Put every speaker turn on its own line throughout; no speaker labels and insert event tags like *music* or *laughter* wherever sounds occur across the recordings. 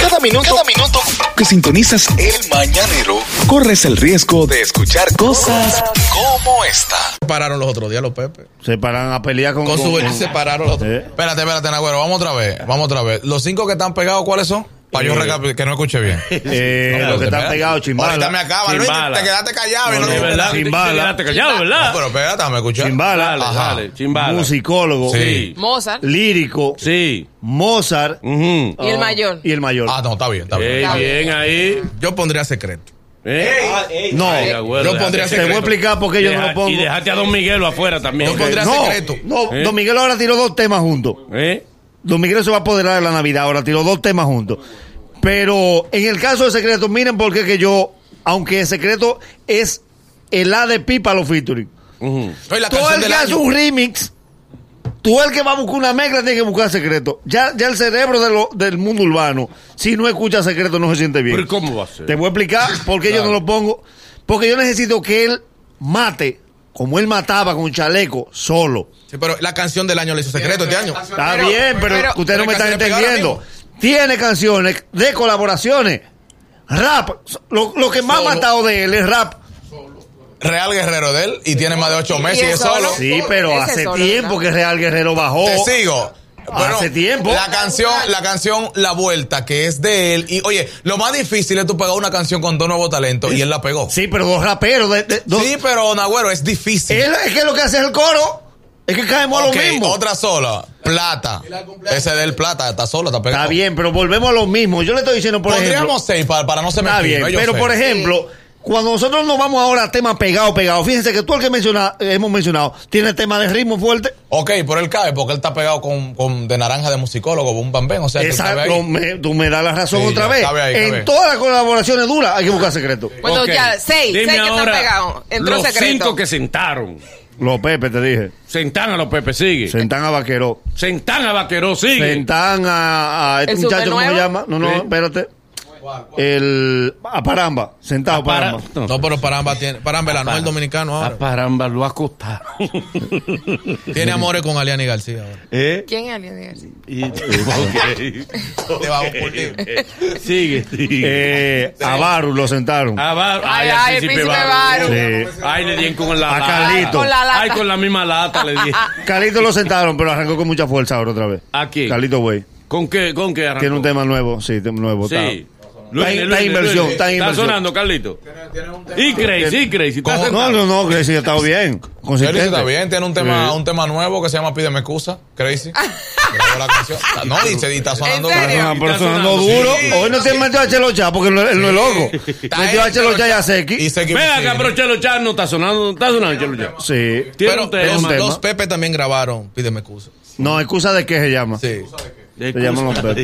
Cada minuto, cada minuto que sintonizas el mañanero, corres el riesgo de escuchar cosas como esta.
pararon los otros días los Pepe.
Se paran a pelear con,
Con su se pararon los otros.
¿Eh?
Espérate, espérate, Nagüero. Vamos otra vez. Vamos otra vez. Los cinco que están pegados, ¿cuáles son? Para yo
Eh.
recapi- que no escuche
*laughs*
bien.
eh,
No,
los
espérate.
que están pegados,
Ahorita me
chimbala.
acaba, Luis.
Chimbala.
Te quedaste callado. y
No,
no
no,
dijiste
¿verdad?
nada.
Sin bala.
Quédate callado,
No,
¿verdad?
pero espérate, me escuchó.
Chimbala,
Dale,
Ajá.
dale, chimbala.
musicólogo,
Sí.
Mozart
lírico,
Sí.
Mozart
Ujú.
y el mayor.
Oh. y el mayor.
Ah, no, está bien, está bien.
Eh.
Ey, bien ahí.
Yo pondría secreto.
Ey.
Ah, no,
Ay, Agüero,
Yo
déjate-
pondría
te voy a
secreto.
explicar por qué yo no
deja-
lo pongo.
Y dejaste a Don Miguelo afuera también.
Yo pondría
no,
secreto.
no,
¿Eh?
Don Miguel ahora tiró dos temas juntos.
¿Eh?
Don Miguel se va a apoderar de la Navidad, ahora tiró dos temas juntos. Pero en el caso de Secreto, miren por qué que yo, aunque el Secreto es el A de pipa a los featuring.
Ujú.
Soy la
Todo
canción
el
del
que hace
año.
un remix, tú el que va a buscar una mezcla tiene que buscar secreto. Ya, ya el cerebro de lo- del mundo urbano, si no escucha secreto, no se siente bien.
Pero ¿y cómo va a ser?
Te voy a explicar por qué yo no lo pongo. Porque yo necesito que él mate, como él mataba con chaleco, solo.
Sí, pero la canción del año le hizo secreto este año.
Está bien, pero,
pero-
ustedes no
pero
me están
canciones pegadas
entendiendo.
ahora
Tiene canciones de colaboraciones, rap. Lo, lo que más ha
Solo.
matado de él es rap.
Real Guerrero de él y tiene más de ocho meses y es solo. Eh,
Sí, pero
Ese
hace
solo,
tiempo que
¿verdad?
Real Guerrero bajó.
Te sigo.
Oh. Hace tiempo.
La canción, la canción La Vuelta, que es de él. Y oye, lo más difícil es tú pegar una canción con dos nuevos talentos y él la pegó. Sí,
Sí, pero dos raperos. de- de- dos-
pero Nagüero, es difícil.
Él- es que lo que hace es el coro. Es que caemos
Ok,
a lo mismo.
Otra sola, plata. Ese del plata, está sola, está pegado.
Está bien, pero volvemos a lo mismo. Yo le estoy diciendo, por ejemplo.
Pondríamos seis para, para no se me
Está bien,
esquive, yo
pero
sé.
por ejemplo, cuando nosotros nos vamos ahora a temas pegado, pegado, fíjense que tú el que menciona, hemos mencionado, tiene tema de ritmo fuerte.
Ok, pero él cae porque él está pegado con, con de naranja de musicólogo, un bambén. O sea, que
Esa-
cabe ahí.
lo- me- tú me das la razón
Sí,
otra
ya,
vez.
cabe ahí, cabe ahí.
en todas las colaboraciones duras hay que buscar secreto.
Bueno,
Ok.
ya, seis,
Dime
seis que están
ahora
pegados. Entró
los
secreto.
cinco que sentaron.
Los Pepe, te dije.
Sentan a los Pepe, sigue.
Sentan a Vaquero.
Sentan a Vaquero, sigue.
Sentan a, a este
¿El
muchacho, ¿cómo se
supernuevo?
llama? No, no,
Sí.
espérate. El. A Paramba. Sentado a
Para-
Paramba.
no.
No, pero Paramba tiene. Paramba, el anual
Para-
dominicano ahora.
A Paramba lo acostaron.
Tiene amores con Aliani García ahora.
¿Eh?
¿Quién es Alien García?
Y- ok.
Te bajo por ti.
Sigue,
*laughs*
Ah, sigue.
Eh, a Baru lo sentaron.
A Bar-
Ay, ay, el príncipe Baru.
Sí.
Ay, le dieron con la
A
lata.
Carlito. Con
la lata.
Ay, con la misma lata le di.
*laughs*
Carlito lo sentaron, pero arrancó con mucha fuerza ahora otra vez.
¿A quién?
Carlito Güey.
¿Con qué, con qué arrancó?
Tiene un tema nuevo, sí, tema nuevo.
Sí.
está-
Luis,
está,
Luis,
está
Luis,
inversión,
Luis.
está inversión.
sonando, Carlito. Y Crazy, y Crazy. está
¿Cómo?
No,
sentado.
no, no, que sí, ha estado bien.
Él
Consistente.
está bien, tiene un tema,
Sí.
un tema nuevo que se llama Pídeme excusa, Crazy. Grabó la canción. No, dice, y está sonando.
¿En serio?
bien.
Ah, pero
Está
sonando
sonando,
duro.
sí.
Hoy no se metió a Chelo Chá porque él no, él no
*laughs*
es loco.
Está
Metió a
ahí,
Chelo Chá y a
Y
Seki.
sé que-
Ven acá, pero Chelo Chan no está sonando, no está sonando Chelo Chan.
Sí.
Tiene
Pero
un tema.
los,
tema.
los Pepe también grabaron Pídeme excusa.
No, excusa de qué se llama.
Sí.
Te
llaman los
*laughs*
perros.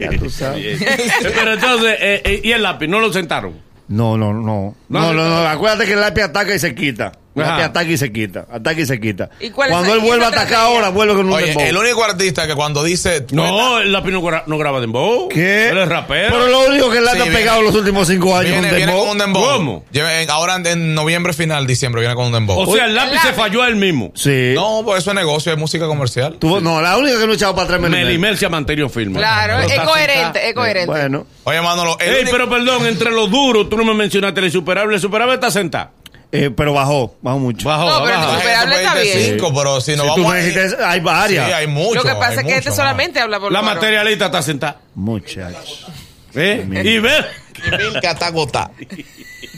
Ya tú sabes. Pero entonces, eh, eh, ¿y el lápiz? ¿No lo sentaron?
No, no, no. No, no, no. Acuérdate que el lápiz ataca y se quita. El
Ajá.
lápiz ataca y se quita. Ataca y se quita.
¿Y cuál es
Cuando
la-
él
y
vuelve a
esa otra
atacar
sería?
ahora, vuelve con un dembow.
Oye, el único artista que cuando dice.
No, el lápiz no, gra- no graba dembow.
¿Qué?
Él es rapero.
Pero lo único que él
Sí,
le ha
viene-
pegado los últimos cinco años
Viene,
con
viene
dembow.
con un dembow.
¿Cómo?
Lleva- en- ahora en, en noviembre final, diciembre, viene con un dembow.
o sea, el lápiz
El
se
lápiz.
falló a él mismo.
Sí. No.
no, pues eso es negocio, es música comercial.
no, la única que no he echado para atrás es Melimel.
Melimel se ha mantenido firme.
Claro,
Pero
es
está
coherente, es coherente.
Bueno.
Oye, Manolo, el
Ey,
único-
pero perdón, entre los duros, tú no me mencionaste el insuperable. El insuperable está sentado.
eh, pero bajó, bajó mucho.
Bajo,
No, pero
bajo.
Ay,
Insuperable
eso
está
puede ir de
bien.
cinco, pero si no
Si tú
vamos
me
a-
dijiste, hay
Sí,
varias.
hay mucho.
Lo que
hay
pasa es que este
mucho,
solamente habla por
La
varón. *laughs*
materialista está sentada.
Muchachos.
¿Eh? Y ver.
mano. Milka está
*laughs*
agotada.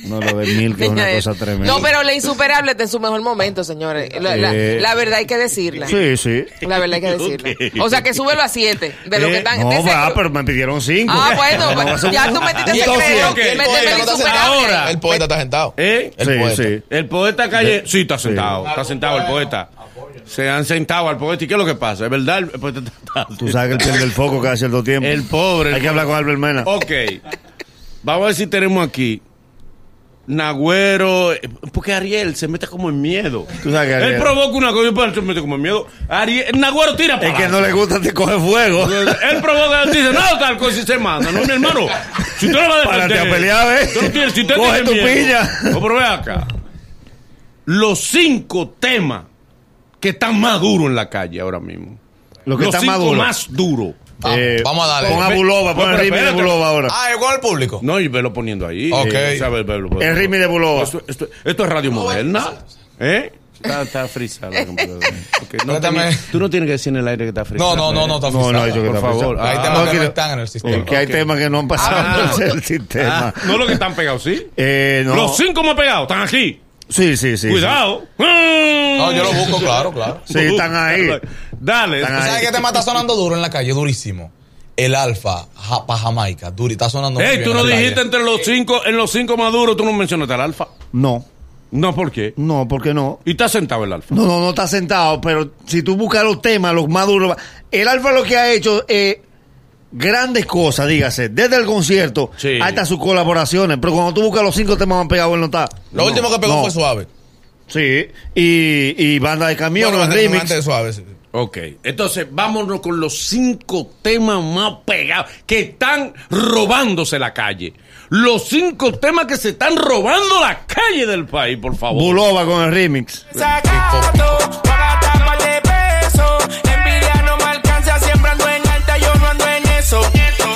No, lo de mil que es una
Niña,
cosa
eh.
tremenda.
No, pero la insuperable está en su mejor momento, señores. La, la-
Eh.
la verdad hay que decirla.
Sí, sí.
La verdad hay que decirla. O sea, que súbelo a siete. De lo que
Eh,
están.
no,
de ese
va,
grupo.
pero me pidieron cinco.
Ah, bueno,
No,
pues,
eso-
ya tú metiste
Y entonces,
secreto.
ok,
Méteme el
oiga,
insuperable.
ahora.
El poeta está sentado.
¿Eh?
El
Sí,
poeta.
sí.
El poeta calle. Sí, está sentado. Está sentado el poeta. Se han sentado al poeta. ¿Y qué es lo que pasa? ¿Es verdad? El poeta está
Tú sabes que él pierde el foco cada cierto tiempo.
El pobre. Oh,
Hay que hablar con Albert Mena.
Ok. Vamos a ver si tenemos aquí. Nagüero. eh, Porque Ariel se mete como en miedo.
Tú sabes que Ariel-
Él provoca una cosa y después él se mete como en miedo. Ariel, Nagüero tira para
Es que no
adelante.
le gusta te coge fuego.
Pues, Él provoca, él dice, no, tal cosa y se manda. No, mi hermano. Si usted no va a defender.
Párate a pelear, ¿ves?
Tú no tienes- si usted
Coge
tiene
tu
miedo.
piña.
No, pero ve acá. Los cinco temas que están más duros en la calle ahora mismo.
Lo que
Los
está
cinco
maduro.
más duros.
Ah, vamos a darle.
Con
Pero,
Abulova, pon
pero,
el
pero,
ritmo de
espérate.
Abulova ahora.
Ah, igual al público.
No, y velo poniendo ahí.
Ok.
eh, o sea, ve- velo poniendo.
El ritmo de Buloba.
Esto, esto- esto es radio moderna. ¿Eh? Está, está frisada la computadora. Ok, no
Espérate.
tenía- tú no tienes que decir en el aire que está frisada.
No, no, no, no, está
No, no,
frisado.
eso que
pues, Por
está
favor.
pensando.
Hay
Ah,
temas que no
quiero-
están en el sistema.
Porque hay
ok.
temas que no han pasado
Ah.
por el sistema.
Ah, no los que están pegados, ¿sí?
Eh, no.
Los cinco más pegados están aquí.
Sí, sí, sí.
Cuidado.
No, yo lo busco, claro, claro.
Sí, están ahí.
Dale.
Están
¿Tú
ahí.
¿Sabes qué tema está sonando duro en la calle? Durísimo. El alfa ja, pa' Jamaica. Duri, está sonando muy
Ey,
bien
tú
en
no
la calle.
dijiste entre los cinco, en los cinco más duros, tú no mencionaste al alfa.
No,
No, ¿por qué?
no, porque no.
Y está sentado el alfa.
No, no, no está sentado, pero si tú buscas los temas, los más duros. El Alfa lo que ha hecho es grandes cosas, dígase, desde el concierto
Sí.
hasta sus colaboraciones. Pero cuando tú buscas los cinco temas más pegados, él no está.
Lo último que pegó
no.
fue suave.
Sí, y, y banda de camión,
Bueno, antes-
remix.
antes de suave. sí.
Ok, entonces vámonos con los cinco temas más pegados que están robándose la calle. Los cinco temas que se están robando la calle del país, por favor.
Bulova con el remix.
Sacado, para gastar mal de peso. Envidia no me alcanza, siempre ando en alta, yo no ando en eso.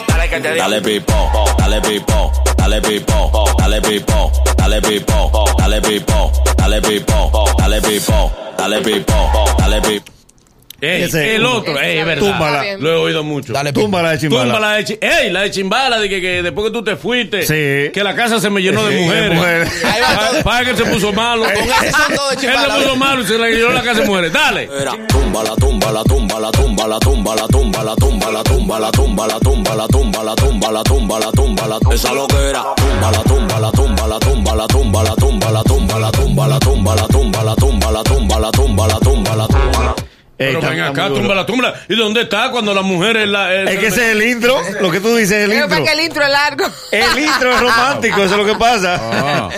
Dale que te diga.
Dale pipo, dale pipo, dale pipo, dale pipo, dale pipo, dale pipo, dale pipo, dale pipo, dale pipo, dale pipo.
Ey,
Ese-
el otro, ey, es verdad.
Túmbala.
Lo he oído mucho.
Dale, pipo.
Túmbala de chimbala.
Túmbala de chi- ey, la de chimbala, de que, que después que tú te fuiste,
Sí.
que la casa se me llenó de
Sí, de
mujeres. *laughs*
mujeres.
Ahí va
Pa-
todo.
pa' que él se puso malo.
Con ese son todo de
Él
chimbala.
se puso malo y se le llenó la casa de mujeres. Dale.
Eh,
Tumba la tumba la tumba la tumba la tumba la tumba la tumba la tumba la tumba la tumba la tumba la tumba la tumba la tumba la tumba esa loquera tumba la tumba la tumba la tumba la tumba la tumba la tumba la tumba la tumba la tumba la tumba la tumba la tumba la tumba la tumba
Ey,
Pero
está-
ven
está
acá,
muy duro.
túmbala, túmbala. ¿Y dónde está cuando las mujeres la, eh,
Es
se
que
le-
ese es el intro, lo que tú dices es el
Pero
intro.
para que el intro es largo.
El intro es romántico, eso es lo que pasa. *laughs*
Ah.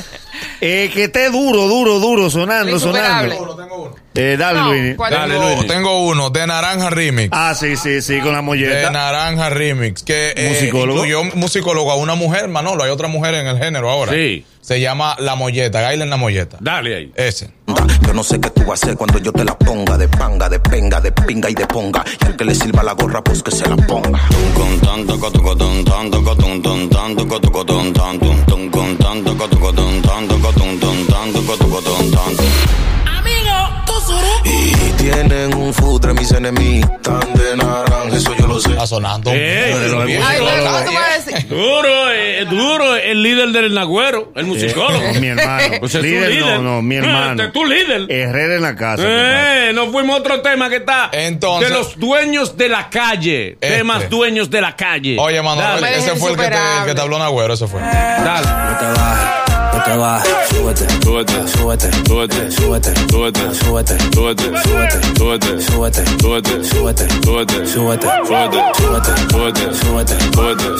Eh, que esté duro, duro, duro, sonando,
Insuperable.
sonando. Eh, dale,
No,
Luini.
¿cuál es?
Dale,
Tengo-
Luis.
Tengo uno de Naranja Remix.
Ah, sí, sí, sí, con la
De
molleta.
Naranja Remix, que eh,
¿Musicólogo?
incluyó un musicólogo a una mujer, Manolo, hay otra mujer en el género ahora.
Sí.
Se llama La Molleta, Gailen La Molleta.
Dale ahí.
Ese.
Yo no sé qué tú vas a hacer cuando yo te la ponga de panga, de penga, de pinga y de ponga. Y al que le sirva la gorra, pues que se la ponga.
Con tanto coto cotón, tanto cotón, ton, tanto coto cotón, tanto, ton, con tanto coto cotón, tanto cotón, ton, tanto coto cotón, tanto.
Y tienen un futre mis enemigos, tan de naranja, eso yo lo sé.
Está sonando.
Ey,
Pero
pero
bien.
Ay,
no,
pero
no,
¿cómo tú vas a decir?
Duro, eh, duro, el líder del Nagüero, el musicólogo.
Eh, mi hermano.
Pues es tu
líder,
líder.
no, no, mi
Eh,
hermano. Eh,
este es tu líder.
Herrera en la casa. compadre.
Eh, nos fuimos a otro tema que está
Entonces-
de los dueños de la calle.
Este.
Temas dueños de la calle.
Oye, Manolo,
Dale,
Pero
ese
es
fue el que te,
insuperable.
que te habló Nagüero, ese fue.
dale.
No te bajes, no te bajes, súbete, súbete, súbete, súbete, súbete, súbete, súbete, súbete, súbete, súbete, súbete, súbete, súbete, súbete, súbete, súbete, súbete, súbete,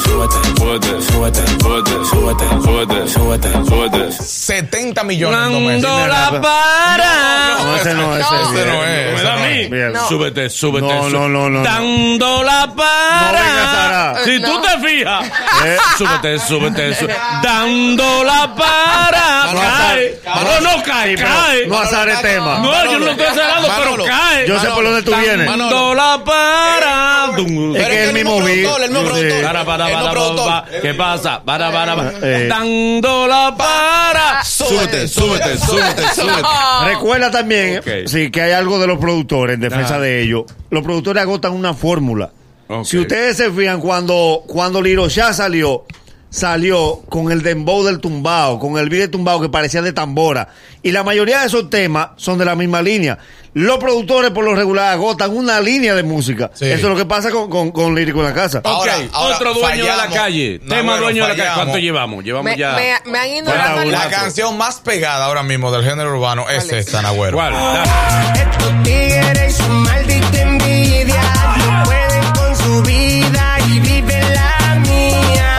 súbete, súbete, súbete, súbete, súbete, súbete, súbete, súbete, súbete.
70 millones en dos meses.
Cuando la para.
No, ese no, ese
No.
bien.
Ese no es.
Me
ese
da
no
a mí.
es.
Bien.
No.
Súbete, súbete.
No,
sú-
no, no, no, no.
Dando la
venga,
para.
Sara.
si
Eh,
tú
no.
te fijas.
Eh,
Súbete, súbete, súbete. Dando la para.
No,
cae.
Manolo.
No, no cae,
Sí, pero
cae.
No
No,
azare tema.
yo no estoy cerrando, pero
Manolo.
cae.
Yo sé por dónde tú vienes.
Dando la para.
Pero
Es
Dum.
que
es
el
que el
mismo
mismo
beat.
productor, el mismo
Sí.
productor.
Para, para,
Eh, El no
para, para,
productor.
para. ¿Qué pasa? Para, para, para.
Eh.
Dando la para.
Súbete,
súbete, súbete, súbete.
Recuerda también,
Ok.
sí, que hay algo de los productores en defensa
Ajá.
de ellos. Los productores agotan una fórmula.
Ok.
Si ustedes se fijan, cuando, cuando Lil Yachty salió, salió con el dembow del tumbao, con el beat de tumbao que parecía de tambora. Y la mayoría de esos temas son de la misma línea. Los productores, por lo regular, agotan una línea de música.
Sí.
Eso es lo que pasa con, con, con Lírico en la casa.
Ah, Ahora,
Ok,
ahora
otro dueño de la
fallamos.
calle.
No,
Tema
bueno,
dueño de la calle.
fallamos.
¿Cuánto llevamos? Llevamos
Me,
ya.
me- me han ignorado.
Falta
La
al-
Cuatro.
canción más pegada ahora mismo del género urbano es
¿Cuál es?
esta, Nagüero.
¿Cuál? Dale.
Estos tigres son maldita envidia. No pueden con su vida y viven la mía.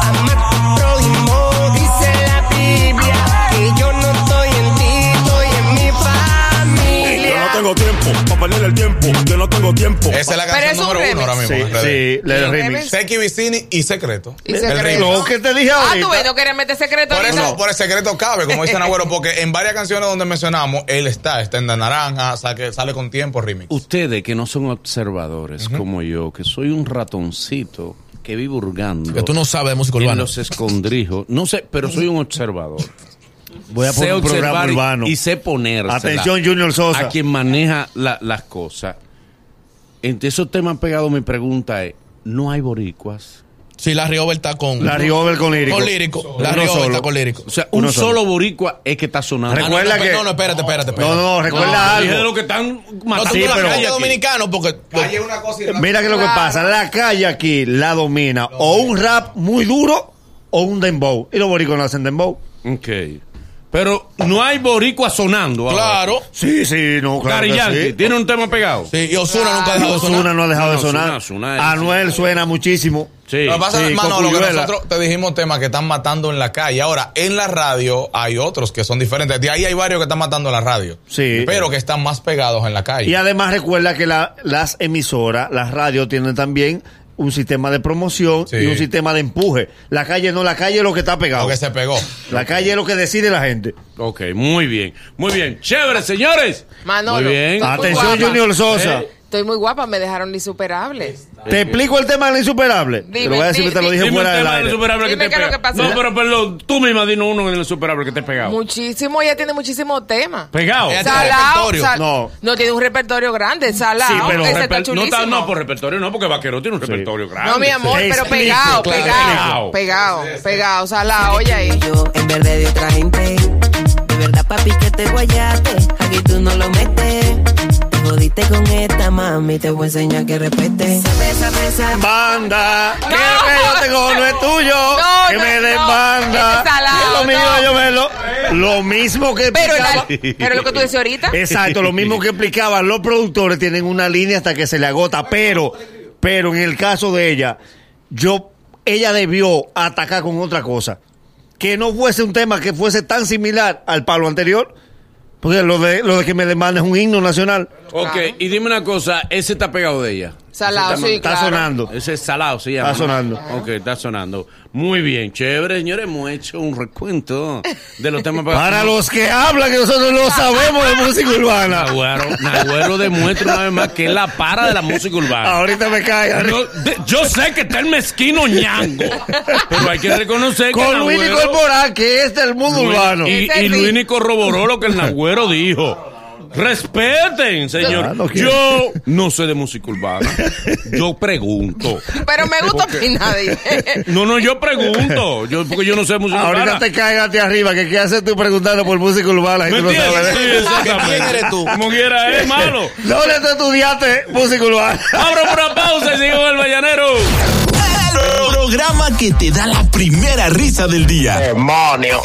Amar tu prójimo, dice la Biblia. Que yo no estoy en ti, estoy en mi familia.
Yo no tengo tiempo para perder el tiempo. Yo no tengo tiempo
Esa es la
Pero
canción
es un
número uno
remix.
ahora mismo.
Sí,
en redes.
sí, le
Y
remix.
remix.
Seki Vicini y Secreto.
Y
El
Secreto.
remix.
Lo que te dije
Ah, tú ves,
ahorita.
no querías meter secreto
Por eso,
ahorita.
por el secreto cabe, como dicen Agüero, porque en varias canciones donde mencionamos, él está, está en la naranja, saque- sale con tiempo remix.
uh, Ustedes que no son observadores como yo, que soy un ratoncito que vivo hurgando
Que tú no sabes de música
en
urbana.
los escondrijos, no sé, pero soy un observador.
Voy a poner un programa
observar y-
urbano.
y sé ponerse.
Atención, Junior Sosa.
A quien maneja la- las cosas. Entre esos temas pegados, mi pregunta es: ¿no hay boricuas?
Sí, Larry Over está con.
Larry Over con lírico.
Con lírico. Larry
Uno
Over
solo.
está con lírico.
O sea, un
Uno solo.
solo boricua es que está sonando.
Ah, no,
Recuerda
no,
que-
No, no, espérate, espérate. espérate.
No, no, recuerda
Dije de
algo.
lo que están
No,
matando
tú
sí,
la
pero,
pero-
calle aquí.
dominicano porque.
Calle una cosa y rap-
Mira que lo que
Claro.
pasa, la calle aquí la domina o un rap muy duro o un dembow. Y los boricuas no hacen dembow.
Ok. Pero no hay boricua sonando. ahora.
Claro.
Sí, sí, no, claro
Dari
que
Yankee,
sí.
tiene un tema pegado.
Sí, y Osuna nunca ha dejado de sonar.
Ozuna Ah, no ha dejado de
No, Ozuna,
sonar.
Ozuna es-
Anuel suena muchísimo.
Sí.
Lo que pasa,
sí,
hermano, lo que
Cocuyuela.
nosotros te dijimos temas que están matando en la calle. Ahora, en la radio hay otros que son diferentes. De ahí hay varios que están matando en la radio.
Sí.
Pero que están más pegados en la calle.
Y además recuerda que la- las emisoras, las radios tienen también un sistema de promoción
Sí.
y un sistema de empuje. La calle no, la calle es lo que está pegado.
Lo que se pegó.
La calle es lo que decide la gente.
Ok, muy bien. Muy bien. Chévere, señores.
Manolo.
Muy bien.
Muy
Atención,
guapa.
Junior Sosa.
Eh.
Estoy muy guapa, me dejaron insuperable.
Te explico el tema del insuperable. te lo voy a decir,
Dime,
te lo dije
Dime
fuera
un
del
tema
aire.
del superable que
Dime
te
qué es lo
pega.
que pasa.
No, pero perdón, tú misma dinos uno en el superable que te he pegado.
Muchísimo, ella tiene muchísimos temas.
Pegado.
Ella tiene
Salao,
repertorio.
sal-
No.
no. tiene un repertorio grande, salao,
Sí, pero
ese
Reper-
está
no,
chulísimo.
está- no, por repertorio no, porque Vaquero tiene un repertorio grande.
No, mi amor,
Te
pero
explico,
pegado,
claro,
pegado,
te explico.
pegado, pegado, salao, oye ahí.
yo en vez de de otra gente. De verdad, papi, que te guayaste. Aquí tú no lo metes. Te jodiste con esta, mami. Te voy a enseñar que respete. Besa, besa,
Banda, que lo que yo tengo no es tuyo.
*laughs* No,
que
no,
me den
no.
banda.
Ese salado,
Que lo mío
no.
yo me lo. Lo mismo que
Pero,
explicaba-
la- pero lo que tú dices ahorita,
Exacto, lo mismo que explicaban los productores tienen una línea hasta que se le agota, pero pero en el caso de ella, yo ella debió atacar con otra cosa, que no fuese un tema que fuese tan similar al palo anterior, porque lo de lo de que me demanda es un himno nacional.
Ok,
Claro.
y dime una cosa, ese está pegado de ella.
salao,
Ese
sí,
Está
claro.
sonando.
Ese es salado, se llama.
Está
¿no?
sonando.
Ok, está sonando. Muy bien, chévere, señores. Hemos hecho un recuento de los temas
Para los que hablan que nosotros no sabemos de música urbana.
Nagüero, Nagüero demuestra una vez más que es la para de la música urbana.
Ah, Ahorita me cae.
Yo, de- yo sé que está el mezquino ñango, pero hay que reconocer que
Con Luis
Nagüero-
Corporán, que es del mundo urbano.
Y,
Ese
y
sí.
Luini corroboró lo que el Nagüero
*laughs*
dijo. Respeten, señor.
Ah, no quiero.
yo no sé de música urbana. Yo pregunto.
pero me gusta
*laughs*
opinar de
No, no, yo pregunto. Yo, porque yo no sé de música
Ahorita
urbana.
te caigas de arriba, que qué haces tú preguntando por música urbana, la
¿Me
gente no
entiendes?
sabe.
Sí, exactamente.
¿Quién eres tú?
Como quiera, es malo.
¿Dónde tú estudiaste música urbana?
Abro por una pausa y sigo el vallanero.
El programa que te da la primera risa del día. ¡Demonios!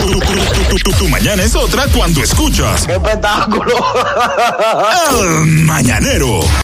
Tu, tu- tu- tu- tu- tu mañana es otra cuando escuchas. ¡Qué espectáculo! El mañanero.